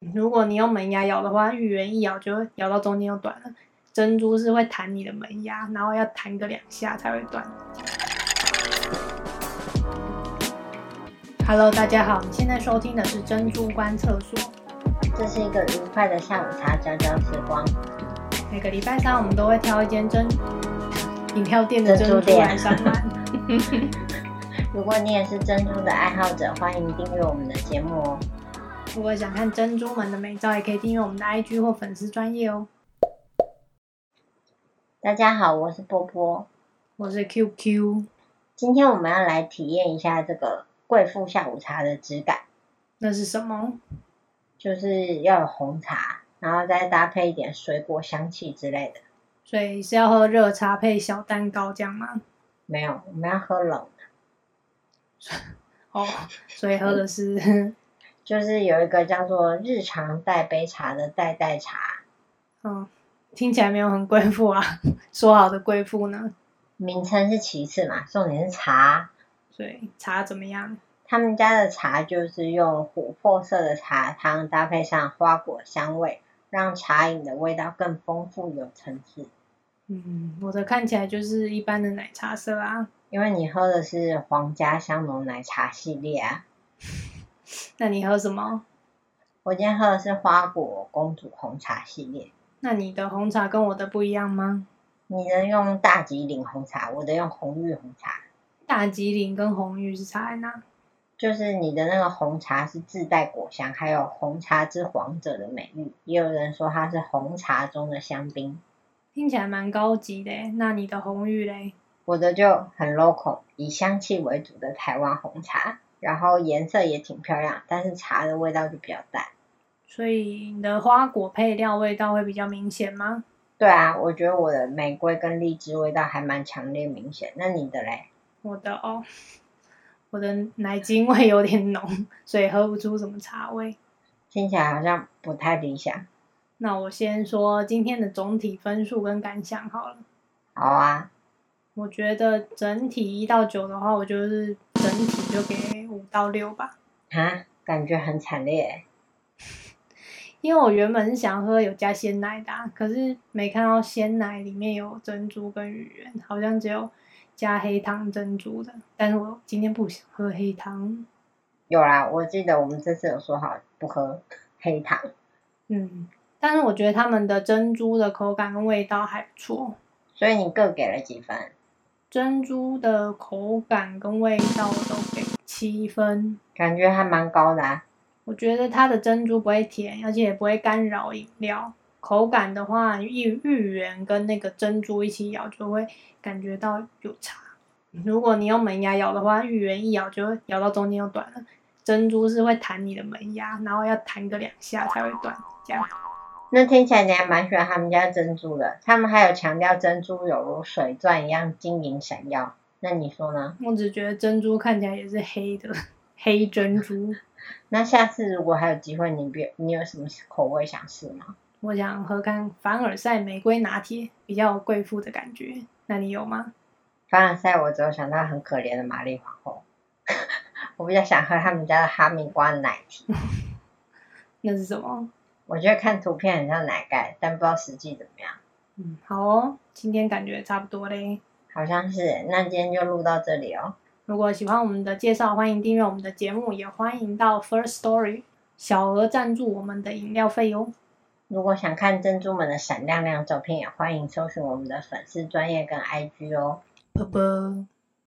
如果你用门牙咬的话，芋圆一咬就会咬到中间又断了。珍珠是会弹你的门牙，然后要弹个两下才会断。Hello，大家好，你现在收听的是珍珠观测所。这是一个愉快的下午茶，嚼嚼时光。每个礼拜三我们都会挑一间珍饮料店的珍珍珠珠店来上班。如果你也是珍珠的爱好者，欢迎订阅我们的节目哦。 如果想看珍珠们的美照，也可以订阅我们的 IG 或粉丝专业哦。大家好，我是波波，我是 QQ，今天我们要来体验一下这个贵妇下午茶的质感，那是什么？就是要有红茶，然后再搭配一点水果香气之类的。所以是要喝热茶配小蛋糕这样吗？没有，我们要喝冷，哦，所以喝的是， 就是有一个叫做日常代杯茶的代代茶，嗯，听起来没有很贵妇啊。说好的贵妇呢？名称是其次嘛，重点是茶。所以茶怎么样？他们家的茶就是用琥珀色的茶汤搭配上花果香味，让茶饮的味道更丰富有层次。嗯，我的看起来就是一般的奶茶色啊。因为你喝的是皇家香浓奶茶系列啊，那你喝什么？我今天喝的是花果公主红茶系列。那你的红茶跟我的不一样吗？你能用大吉岭红茶，我的用红玉红茶，大吉岭跟红玉是差在哪？就是你的那个红茶是自带果香，还有红茶之皇者的美誉，也有人说它是红茶中的香槟。听起来蛮高级的耶。那你的红玉嘞？我的就很 local，以香气为主的台湾红茶，然后颜色也挺漂亮，但是茶的味道就比较淡。所以你的花果配料味道会比较明显吗？对啊，我觉得我的玫瑰跟荔枝味道还蛮强烈明显。那你的嘞？我的哦，我的奶精味有点浓，所以喝不出什么茶味。听起来好像不太理想。那我先说今天的总体分数跟感想好了。好啊，我觉得整体一到九的话，我就是整体就给五到六吧，啊，感觉很惨烈。欸因为我原本是想喝有加鲜奶的、啊，可是没看到鲜奶里面有珍珠跟芋圆，好像只有加黑糖珍珠的。但是我今天不想喝黑糖，有啦，我记得我们这次有说好不喝黑糖，嗯，但是我觉得他们的珍珠的口感跟味道还不错，所以你各给了几分？珍珠的口感跟味道我都给七分。感觉还蛮高的啊。我觉得它的珍珠不会甜，而且也不会干扰饮料。口感的话，芋芋圆跟那个珍珠一起咬，就会感觉到有差。如果你用门牙咬的话，芋圆一咬就会咬到中间又断了。珍珠是会弹你的门牙，然后要弹个两下才会断。这样，那听起来你还蛮喜欢他们家珍珠的，他们还有强调珍珠有如水钻一样晶莹闪耀。那你说呢？我只觉得珍珠看起来也是黑的， 黑珍珠。那下次如果还有机会，你别你有什么口味想试吗？我想喝看凡尔赛玫瑰拿铁，比较有贵妇的感觉。那你有吗？凡尔赛，我只有想到很可怜的玛丽皇后。 我比较想喝他们家的哈密瓜奶提，那是什么？我觉得看图片很像奶盖，但不知道实际怎么样。嗯，好哦，今天感觉差不多嘞。好像是，欸那今天就录到这里哦。如果喜欢我们的介绍，欢迎订阅我们的节目，也欢迎到 First Story 小额赞助我们的饮料费哦。如果想看珍珠们的闪亮亮照片，也欢迎搜寻我们的粉丝专业跟 IG 哦。啵啵。